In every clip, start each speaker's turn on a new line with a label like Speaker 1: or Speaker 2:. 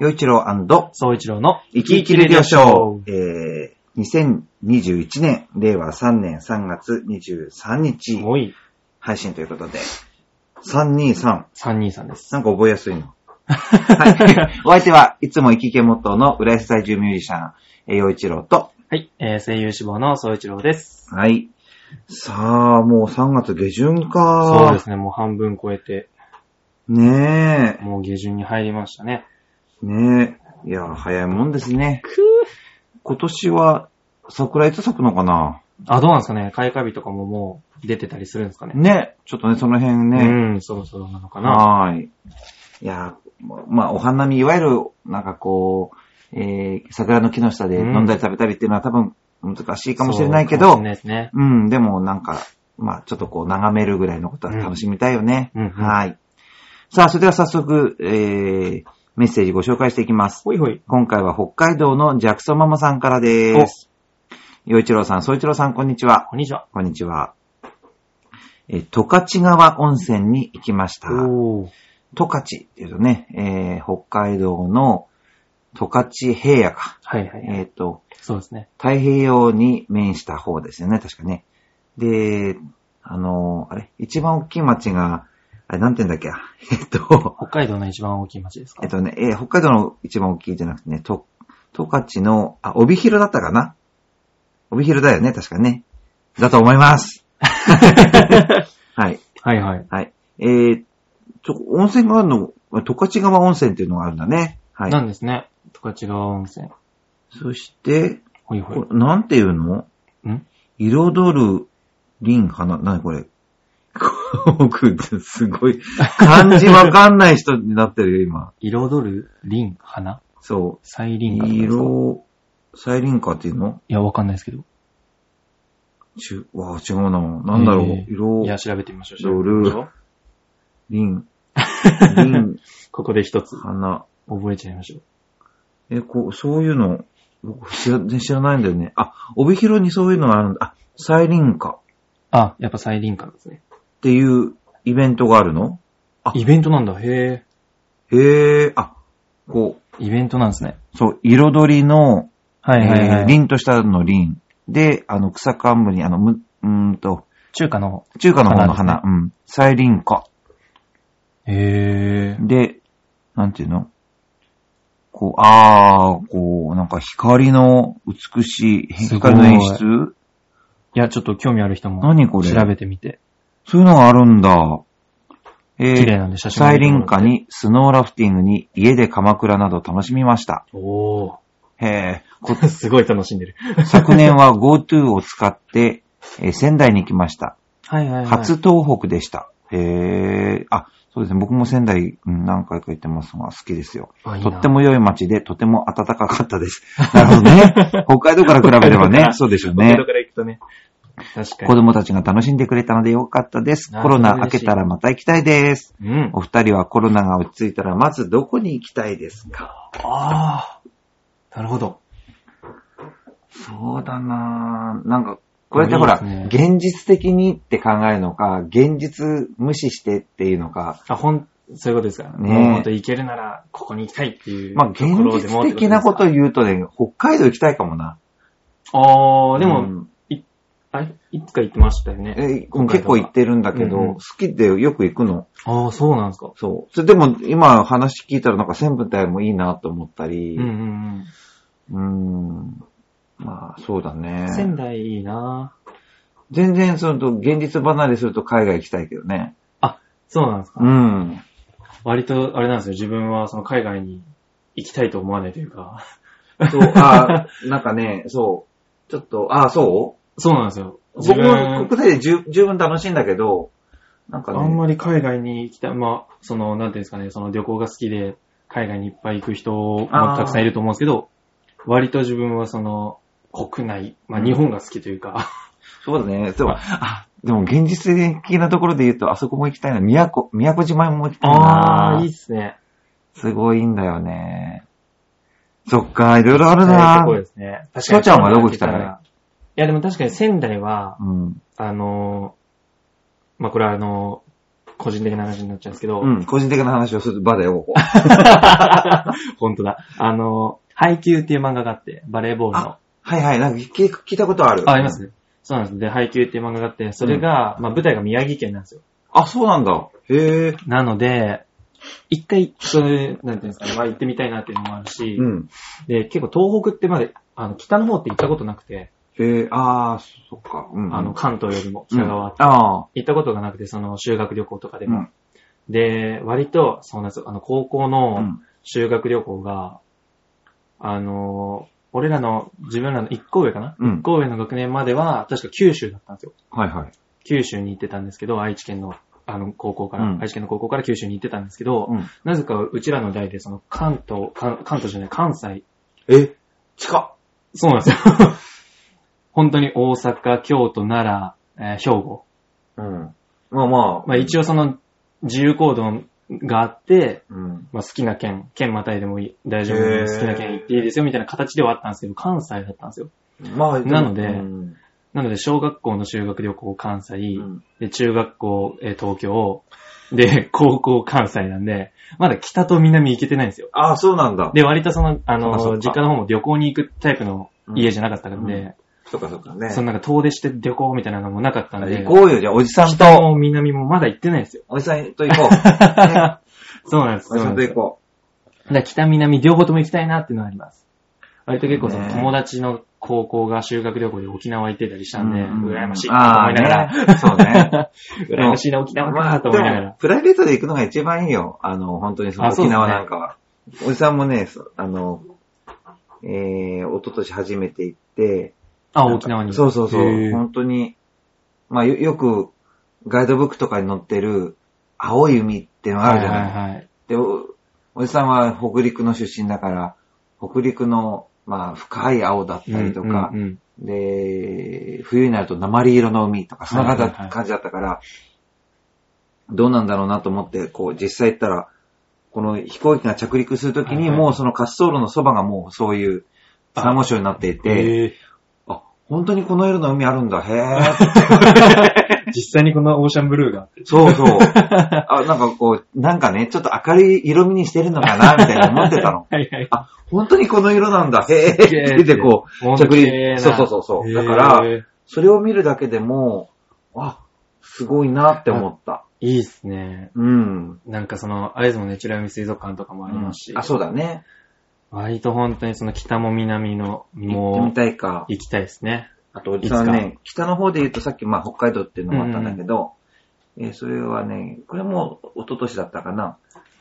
Speaker 1: 洋一郎
Speaker 2: 総一郎の
Speaker 1: 生き生きレディオショー。えー、2021年、令和3年3月23日、
Speaker 2: もういい。
Speaker 1: 配信ということで、323。
Speaker 2: 323です。
Speaker 1: なんか覚えやすい の。はい。お相手はいつも生き生きモットーの浦安在住ミュージシャン、えー、洋一郎と、
Speaker 2: はい。えー、声優志望の総一郎です。
Speaker 1: はい。さあ、もう3月下旬か。
Speaker 2: そうですね。もう半分超えて、
Speaker 1: ね
Speaker 2: もう下旬に入りましたね。
Speaker 1: え。ねえ。いや、早いもんですね。今年は桜いつ咲くのかな
Speaker 2: あ、どうなんですかね。開花日とかももう出てたりするんですかね。
Speaker 1: ね。ちょっとね、その辺ね。
Speaker 2: うん、そろそろなのかな。
Speaker 1: はーい。いやー、まあ、お花見、いわゆる、なんかこう、えー、桜の木の下で飲んだり食べたりっていうのは多分難しいかもしれないけ
Speaker 2: そう
Speaker 1: ど、
Speaker 2: かもしれないですね。
Speaker 1: うん、でもなんか、まあ、ちょっとこう、眺めるぐらいのことは楽しみたいよね。
Speaker 2: うんうん
Speaker 1: はーい。さあ、それでは早速、えー、メッセージご紹介していきます。
Speaker 2: ほいほい。
Speaker 1: 今回は北海道のジャクソンママさんからです。洋一郎さん、総一郎さん、こんにちは。
Speaker 2: こんにちは。
Speaker 1: こんにちは。えー、十勝川温泉に行きました。
Speaker 2: おー。
Speaker 1: 十勝っていうとね、えー北海道の十勝平野か。
Speaker 2: はいはいはい。
Speaker 1: えっ、と、
Speaker 2: そうですね。
Speaker 1: 太平洋に面した方ですよね、確かね。で、あのーあれ、一番大きい町が、あれ、なんて言うんだっけ えっと、
Speaker 2: 北海道の一番大きい町ですか
Speaker 1: えっとね、えー北海道の一番大きいじゃなくてね、と十勝の、あ、帯広だったかな帯広だよね、確かね。だと思い ます。はい。
Speaker 2: はいはい。
Speaker 1: はい。えー、ちょ、温泉があるの、十勝川温泉っていうのがあるんだね。はい。
Speaker 2: なんですね。十勝川温泉。
Speaker 1: そして、
Speaker 2: ほいほい
Speaker 1: こ。れなんていうの
Speaker 2: ん
Speaker 1: 彩る輪花、なにこれ。 僕、すごい、漢字わかんない人になってるよ、今。
Speaker 2: 彩る輪、花
Speaker 1: そ
Speaker 2: サイ
Speaker 1: う。
Speaker 2: リンガとかですか
Speaker 1: 色、彩輪花っていうの
Speaker 2: いや、わかんないですけど。
Speaker 1: ちゅ、わあ、違うな。なんだろう。
Speaker 2: えー
Speaker 1: 色
Speaker 2: い、や、調べてみましょう。
Speaker 1: ロール
Speaker 2: 調べてみましょう
Speaker 1: 輪、輪、
Speaker 2: ここで一つ
Speaker 1: 花。
Speaker 2: 覚えちゃいましょう。
Speaker 1: え、こう、そういうの、僕知ら、全然知らないんだよね。あ、帯広にそういうのがあるんだ。あ、彩輪花
Speaker 2: あ、やっぱサイリンカですね。
Speaker 1: っていうイベントがあるのあ
Speaker 2: イベントなんだ。へえ。
Speaker 1: へえ、あ、こ
Speaker 2: イベントなんですね。
Speaker 1: う、そう、彩りの、
Speaker 2: は
Speaker 1: え
Speaker 2: いはいは
Speaker 1: ー
Speaker 2: い。
Speaker 1: 凛としたの凛。で、あの、草冠に、あの、む、うーんと、
Speaker 2: 中華の。
Speaker 1: 中華の方の
Speaker 2: 花
Speaker 1: 花、うん、彩輪花。
Speaker 2: へえ。
Speaker 1: で、なんていうのこう、あー、こう、なんか光の美しい、
Speaker 2: すごい
Speaker 1: 光の演出
Speaker 2: いや、ちょっと興味ある人も。
Speaker 1: 何これ
Speaker 2: 調べてみて。
Speaker 1: そういうのがあるんだ。え
Speaker 2: 綺麗
Speaker 1: ー、
Speaker 2: なんで写真
Speaker 1: 彩輪花
Speaker 2: 花。
Speaker 1: に、スノーラフティングに、家で鎌倉など楽しみました。
Speaker 2: お
Speaker 1: へー、
Speaker 2: ー。 すごい楽しんでる。
Speaker 1: 昨年は GoTo を使って、えー仙台に行きました。
Speaker 2: はいはいはい。
Speaker 1: 初東北でした。へえ、あ、そうですね。僕も仙台、うん何回か行ってますが、好きですよ。
Speaker 2: あ。いい
Speaker 1: と
Speaker 2: な
Speaker 1: って。も良い街で、とても暖かかったです。 なるほど ね。北海道から比べれば
Speaker 2: 北海道か
Speaker 1: ね、
Speaker 2: ら
Speaker 1: そうでしょう
Speaker 2: 北海
Speaker 1: ね
Speaker 2: 道。から行くとね。確か
Speaker 1: 子
Speaker 2: に。
Speaker 1: 供たちが楽しんでくれたので良かったです。
Speaker 2: な
Speaker 1: コ
Speaker 2: るほ
Speaker 1: ロ
Speaker 2: ど
Speaker 1: ナ明けたらまた行きたいです。
Speaker 2: うん。
Speaker 1: お二人はコロナが落ち着いたら、まずどこに行きたいですか
Speaker 2: ああ。なるほど。
Speaker 1: そうだなぁ。なんか、これってほら、
Speaker 2: いいです
Speaker 1: 現実的にって考えるのか、現実無視してっていうのか、
Speaker 2: あ、ほん、そういうことですから
Speaker 1: ね
Speaker 2: ね。もう本当行けるなら、ここに行きたいっていう。
Speaker 1: まあ、現実的なこと言うとね、北海道行きたいかもな。
Speaker 2: ああ、で
Speaker 1: う
Speaker 2: も、
Speaker 1: ん
Speaker 2: あれいつか行ってましたよね。
Speaker 1: え
Speaker 2: 今回
Speaker 1: 結
Speaker 2: と
Speaker 1: 構
Speaker 2: か
Speaker 1: 行ってるんだけど、
Speaker 2: うんうん
Speaker 1: 好きでよく行くの。
Speaker 2: ああ、そうなんですか。
Speaker 1: そう。それでも、今話聞いたらなんか仙台もいいなと思ったり、
Speaker 2: うんう
Speaker 1: う
Speaker 2: ん
Speaker 1: ーんまあ、そうだ
Speaker 2: う
Speaker 1: ね
Speaker 2: ん。。仙台いいな
Speaker 1: 全然、その、現実離れすると海外行きたいけどね。
Speaker 2: そうなんですか。
Speaker 1: うん。
Speaker 2: 割と、あれなんですよ。自分は、その海外に行きたいと思わないというか。
Speaker 1: そう、あ ーなんかね、そう。ちょっと、ああ、そう
Speaker 2: そうなんですよ。自
Speaker 1: 僕も
Speaker 2: 分、
Speaker 1: 国内で十十分楽しいんだけど、なんかね、
Speaker 2: あんまり海外に行きたい。まあ、その、なんていうんですかね、その旅行が好きで、海外にいっぱい行く人も
Speaker 1: あー
Speaker 2: たくさんいると思うんですけど、割と自分はその、国内、まあ日本が好きというか、
Speaker 1: そうだね。でも、あ、でも現実的なところで言うと、あそこも行きたいな。宮古、宮古島も行きたいな。
Speaker 2: あー、いいっすね。
Speaker 1: すごいんだよね。そっか、いろいろある
Speaker 2: と
Speaker 1: な
Speaker 2: こ。ですね。確
Speaker 1: 翔ちゃんはどこ行きたい
Speaker 2: いや、でも確かに仙台は、
Speaker 1: うん。
Speaker 2: あのー、まあ、これはあのー、個人的な話になっちゃうんですけど、
Speaker 1: うん、個人的な話をする場だよ、ここ。
Speaker 2: 本当だ。あの、配球っていう漫画があって、バレーボールの。
Speaker 1: はいはい、なんか聞聞いたことある。
Speaker 2: あ、ありますそうなんです。で、配球っていう漫画があって、それが、まあ舞台が宮城県なんですよ。
Speaker 1: あ、そうなんだ。へえ。
Speaker 2: なので、一回、それ、なんていうんですかね、まあ行ってみたいなっていうのもあるし、
Speaker 1: うん。
Speaker 2: で、結構東北ってまで、あの、北の方って行ったことなくて、
Speaker 1: へえ、あー、そっか。うん。
Speaker 2: あの、関東よりも北側、
Speaker 1: うんあ
Speaker 2: 行ったことがなくて、その修学旅行とか
Speaker 1: ー
Speaker 2: でも。で、割と、そうなんですよあの、高校
Speaker 1: うん。う
Speaker 2: の
Speaker 1: ん。
Speaker 2: 修学旅行が、あの、俺らの、自分らの一校上かな
Speaker 1: うん
Speaker 2: 一校上の学年までは、確か九州だったんですよ。
Speaker 1: はいはい。
Speaker 2: 九州に行ってたんですけど、愛知県の、あの、高校から、
Speaker 1: うん
Speaker 2: 愛知県の高校から九州に行ってたんですけど、
Speaker 1: うん
Speaker 2: なぜかうちらの代で、その、関東、関関東じゃない、関西。
Speaker 1: え、近っ。
Speaker 2: そうなんですよ。 本当に大阪、京都、奈良、えー兵庫。
Speaker 1: うん。まあまあ。
Speaker 2: まあ一応その、自由行動があって、
Speaker 1: うん。
Speaker 2: まあ好きな県、県またいでもいい、大丈夫な
Speaker 1: へ
Speaker 2: んで
Speaker 1: ー
Speaker 2: 好きな県行っていいですよ、みたいな形ではあったんですけど、関西だったんですよ。
Speaker 1: まあ、も
Speaker 2: なので
Speaker 1: うん
Speaker 2: なので、小学校の修学旅行関西、
Speaker 1: うん
Speaker 2: で、中学校、えー東京、で、 高校関西なんで、まだ北と南行けてないんですよ。
Speaker 1: あー、そうなんだ。
Speaker 2: で、割とその、あ
Speaker 1: そっかそっ
Speaker 2: の、
Speaker 1: か
Speaker 2: 実家の方も旅行に行くタイプの家じゃなかったの
Speaker 1: うん
Speaker 2: で、
Speaker 1: そっかそっかね。
Speaker 2: そのなんか遠出して旅行みたいなのもなかったので、
Speaker 1: 行こうよ、じゃあ、おじさん
Speaker 2: 北
Speaker 1: と、
Speaker 2: も南もまだ行ってないんで すよ。
Speaker 1: おじさんと行 こう。ね
Speaker 2: そうなんです。
Speaker 1: おじ
Speaker 2: そう
Speaker 1: さ
Speaker 2: なんん
Speaker 1: と行
Speaker 2: です。
Speaker 1: こ
Speaker 2: だから北南両方とも行きたいなっていうのはあります。割と結構その
Speaker 1: ね
Speaker 2: 友達の高校が修学旅行で沖縄行ってたりした
Speaker 1: う。
Speaker 2: んで、
Speaker 1: うん
Speaker 2: 羨ましいなと
Speaker 1: あ
Speaker 2: 思
Speaker 1: あ、
Speaker 2: いながら、
Speaker 1: ね。そうね。
Speaker 2: 羨ましいな沖縄
Speaker 1: ま
Speaker 2: か
Speaker 1: あ、
Speaker 2: と
Speaker 1: で
Speaker 2: 思いながら
Speaker 1: も。、プライベートで行くのが一番いいよ。あの、本当にその
Speaker 2: あそう
Speaker 1: 沖
Speaker 2: ですね
Speaker 1: 縄なんかは。おじさんもね、そあの、えー、おととし初めて行って、
Speaker 2: あ、沖縄に。
Speaker 1: そうそうそ
Speaker 2: へ
Speaker 1: う。
Speaker 2: ー
Speaker 1: 本当に、まあよ、よく、ガイドブックとかに載ってる、青い海ってのがあるじゃない。
Speaker 2: はいはいはい。
Speaker 1: でお、おじさんは北陸の出身だから、北陸の、まあ、深い青だったりとか、
Speaker 2: うんうんうん
Speaker 1: で、冬になると鉛色の海とか、そんな
Speaker 2: はいはいはい
Speaker 1: 感じだったから、どうなんだろうなと思って、こう、実際行ったら、この飛行機が着陸するとき
Speaker 2: はい
Speaker 1: に、
Speaker 2: はい
Speaker 1: もうその滑走路のそばがもうそういうサーモ礁になっていて、
Speaker 2: へー
Speaker 1: あ、本当にこの色の海あるんだ、へー
Speaker 2: 実際にこのオーシャンブルーが。。
Speaker 1: そうそう。あ、なんかこう、なんかね、ちょっと明るい色味にしてるのかな、みたいな思ってたの
Speaker 2: はいはい。
Speaker 1: あ、本当にこの色なんだ、へーっ
Speaker 2: すげー
Speaker 1: て出てこう、着
Speaker 2: 綺麗
Speaker 1: 陸、
Speaker 2: な
Speaker 1: そうそうそうそう。
Speaker 2: へー
Speaker 1: だから、それを見るだけでも、あ、すごいなって思った。
Speaker 2: いいっすね。
Speaker 1: うん。
Speaker 2: なんかその、あれですもんね、チラ海水族館とかもありますし。
Speaker 1: あ、そうだね。
Speaker 2: 割と本当にその北も南の、
Speaker 1: 行って
Speaker 2: も
Speaker 1: み
Speaker 2: う、
Speaker 1: たいか。
Speaker 2: 行きたいですね。
Speaker 1: あと、おじさんはい
Speaker 2: つ
Speaker 1: ね、北の方で言うとさっき、まあ、北海道っていうのもあったんだけど、えーそれはね、これも一昨年だったかな。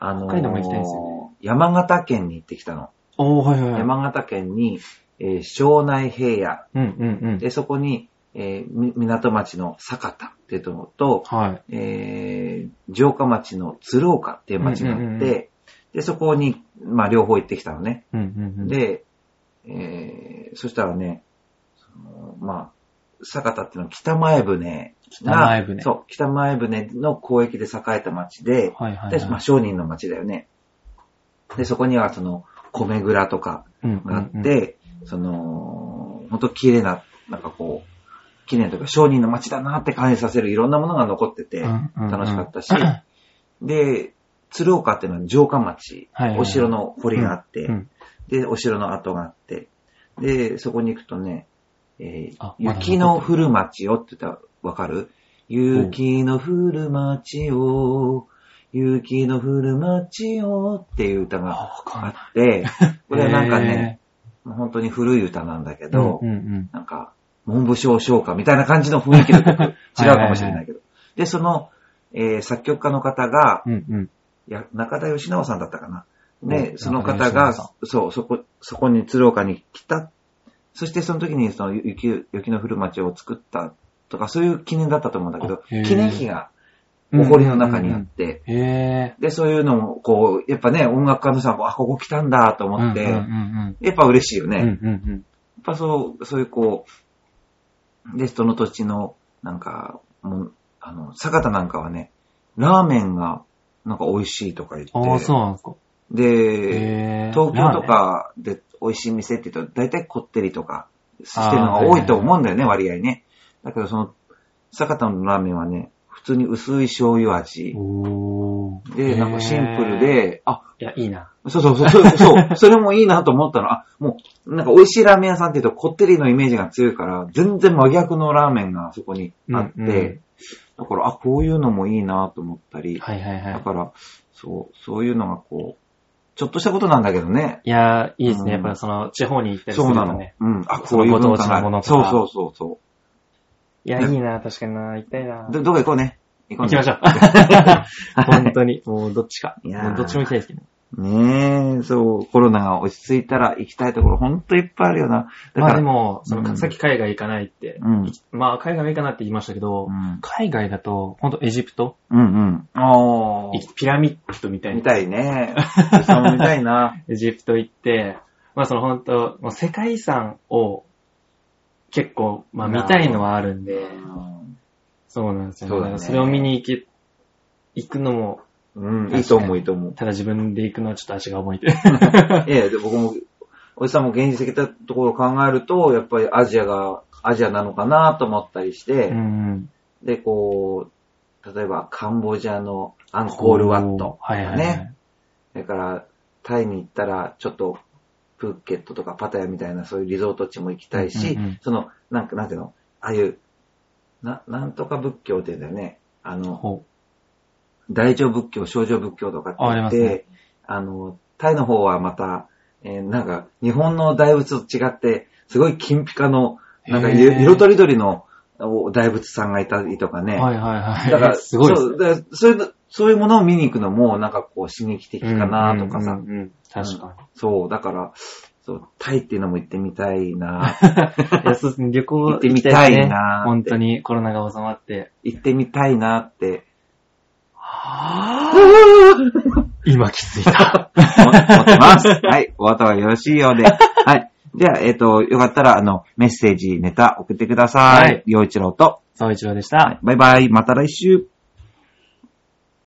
Speaker 1: あのー
Speaker 2: 北海道も行きたいですよ
Speaker 1: 山形県に行ってきたの。
Speaker 2: おー、はいはいはい。
Speaker 1: 山形県に、えー庄内平
Speaker 2: うんうんうん
Speaker 1: 野。。で、そこに、えーみ港町の酒田っていうところと、
Speaker 2: はい。
Speaker 1: えー、城下町の鶴岡っていう町があって、
Speaker 2: うんうんうん
Speaker 1: で、そこに、まあ、両方行ってきたのね。
Speaker 2: うんうんうん。、
Speaker 1: で、えー、そしたらね、そのまあ、酒田っていうのは北前船
Speaker 2: 北
Speaker 1: が、
Speaker 2: 前船。
Speaker 1: そう、北前船の交易で栄えた町で、
Speaker 2: はいはいはい。
Speaker 1: で、まあ、商人の町だよね。で、そこにはその、米蔵とか
Speaker 2: うんうんうん
Speaker 1: があって、その、ほんと綺麗な、なんかこう、綺麗というか商人の町だなって感じさせるいろんなものが残ってて、楽しかったし、で、鶴岡っていうのは城下町、
Speaker 2: はいはいはい
Speaker 1: お城の堀があって、
Speaker 2: うん
Speaker 1: で、お城の跡があって、で、そこに行くとね、えー
Speaker 2: あまだ
Speaker 1: 雪の降る町をって言ったらわかる雪の降る町を、雪の降る町をっていう歌
Speaker 2: あ、
Speaker 1: が
Speaker 2: わかんない。
Speaker 1: あって、 これはなんかね、
Speaker 2: へ
Speaker 1: 本当に古い歌なんだけ
Speaker 2: ー、
Speaker 1: ど、
Speaker 2: うんうんうん。
Speaker 1: なんか、文部省唱歌みたいな感じの雰囲気 の曲、違うかもしれないけど。で、その、えー作曲家の方が、
Speaker 2: うんうん。
Speaker 1: いや、中田義直さんだったかな。
Speaker 2: う
Speaker 1: ね
Speaker 2: ん、
Speaker 1: その方
Speaker 2: 中田
Speaker 1: が
Speaker 2: 義直さ、
Speaker 1: そう、そこ、そこに鶴岡に来た。そしてその時にその雪、雪の降る町を作ったとか、そういう記念だったと思うんだけど
Speaker 2: あへー、
Speaker 1: 記念碑がお堀の中にあって、
Speaker 2: へえ。
Speaker 1: で、そういうのも、こう、やっぱね、音楽家の人は、あ、ここ来たんだと思って、
Speaker 2: うんうん
Speaker 1: やっぱ嬉しいよね。
Speaker 2: うんうん。
Speaker 1: やっ
Speaker 2: うんうんうん。
Speaker 1: ぱそう、そういうこう、で、その土地の、なんか、もう、あの、坂田なんかはね、ラーメンが、なんか美味しいとか言って、
Speaker 2: ああ、そうなんですか。
Speaker 1: で、
Speaker 2: へー
Speaker 1: 東京と
Speaker 2: ラ
Speaker 1: かで美味しい店って言うと、大体こってりとかしてるのが多いと思うんだよね、割合ね。だけどその、坂田のラーメンはね、普通に薄い醤油味。
Speaker 2: おー
Speaker 1: で、なんかシンプル。で、あ、
Speaker 2: へーいや、いいな。
Speaker 1: そうそう そう、そう、そうそれもいいなと思ったの。あ、もう、なんか美味しいラーメン屋さんって言うとこってりのイメージが強いから、全然真逆のラーメンがあそこにあって、
Speaker 2: うんうん
Speaker 1: だから、あ、こういうのもいいなと思ったり、
Speaker 2: はいはいは
Speaker 1: だ
Speaker 2: い。
Speaker 1: から、そう、そういうのがこう、ちょっとしたことなんだけどね。
Speaker 2: いやー、いいですね。や
Speaker 1: う
Speaker 2: っ
Speaker 1: ん
Speaker 2: ぱりその、地方に行ったりす
Speaker 1: そ
Speaker 2: る
Speaker 1: うな
Speaker 2: と
Speaker 1: の
Speaker 2: ね。。
Speaker 1: うん。あ、こ
Speaker 2: その
Speaker 1: ういう文
Speaker 2: ご当地
Speaker 1: 化
Speaker 2: のもの
Speaker 1: が。
Speaker 2: とか
Speaker 1: そうそうそうそ
Speaker 2: いや、いいな、確かにな。行きたいな
Speaker 1: う。。ど、どこ行こうね。行こ
Speaker 2: 行
Speaker 1: う
Speaker 2: きま
Speaker 1: ね。
Speaker 2: しょう。 本当に。もう、どっちか。
Speaker 1: いやー
Speaker 2: もうどっちも行きたいですけど。
Speaker 1: ねえ、そう、コロナが落ち着いたら行きたいところ、ほんといっぱいあるよな。だ
Speaker 2: ま
Speaker 1: か
Speaker 2: あ
Speaker 1: ら、
Speaker 2: でも、その、
Speaker 1: うん
Speaker 2: さっき海外行かないって。
Speaker 1: うん。
Speaker 2: まあ、海外はいいかなって言いましたけど、
Speaker 1: うん
Speaker 2: 海外だと、ほんとエジプト
Speaker 1: うんうん。ああ。
Speaker 2: ピラミッドみたい
Speaker 1: 見
Speaker 2: な。
Speaker 1: たいね。私も見たいな。
Speaker 2: エジプト行って、まあその本当、もう世界遺産を結構、まあ見たいのはあるんで、そうなんですよ、
Speaker 1: そう
Speaker 2: だ
Speaker 1: だね
Speaker 2: からそれを見に行け、行くのも、
Speaker 1: うん、いいと思う、いいと思う。
Speaker 2: ただ自分で行くのはちょっと足が重いんで。
Speaker 1: ええ、で僕も、おじさんも現実的なところを考えると、やっぱりアジアが、アジアなのかなと思ったりして、
Speaker 2: うん。
Speaker 1: で、こう、例えばカンボジアのアンコールワット、
Speaker 2: はいはい、はい。
Speaker 1: ねそれからタイに行ったら、ちょっと、プーケットとかパタヤみたいなそういうリゾート地も行きたいし、
Speaker 2: うんうんうん
Speaker 1: その、なんか、なんていうの、ああいう、な、なんとか仏教って言うんだよね。あの、
Speaker 2: ほ
Speaker 1: 大乗仏教、小乗仏教とかって
Speaker 2: ああり
Speaker 1: 言
Speaker 2: ま
Speaker 1: っ
Speaker 2: す
Speaker 1: て、
Speaker 2: ね
Speaker 1: あの、タイの方はまた、えーなんか、日本の大仏と違って、すごい金ピカの、なんか
Speaker 2: へ
Speaker 1: い
Speaker 2: ー
Speaker 1: ろ、色とりどりのお大仏さんがいたりとか
Speaker 2: う
Speaker 1: ね。
Speaker 2: はいはい はい。
Speaker 1: だから、
Speaker 2: すごいです
Speaker 1: そ
Speaker 2: ね
Speaker 1: うだからそういうの、そういうものを見に行くのも、なんかこう、刺激的かなとかさ。
Speaker 2: うんうんうんうん確か
Speaker 1: そう、だから、そう、タイっていうのも行ってみたい な
Speaker 2: に。いやそうですね旅行
Speaker 1: 行ってみた
Speaker 2: 行き
Speaker 1: い
Speaker 2: ですね
Speaker 1: なーっ
Speaker 2: 本
Speaker 1: て
Speaker 2: 当にコロナが収まって。
Speaker 1: 行ってみたいなって。
Speaker 2: 今気づいた。
Speaker 1: 思ってます。はい。お後はよろしいよう で。はい。じゃあ、えっ、と、よかったら、あの、メッセージ、ネタ送ってください。
Speaker 2: はい
Speaker 1: 陽一郎と、
Speaker 2: そう一郎でした。
Speaker 1: バイバイ、また来週。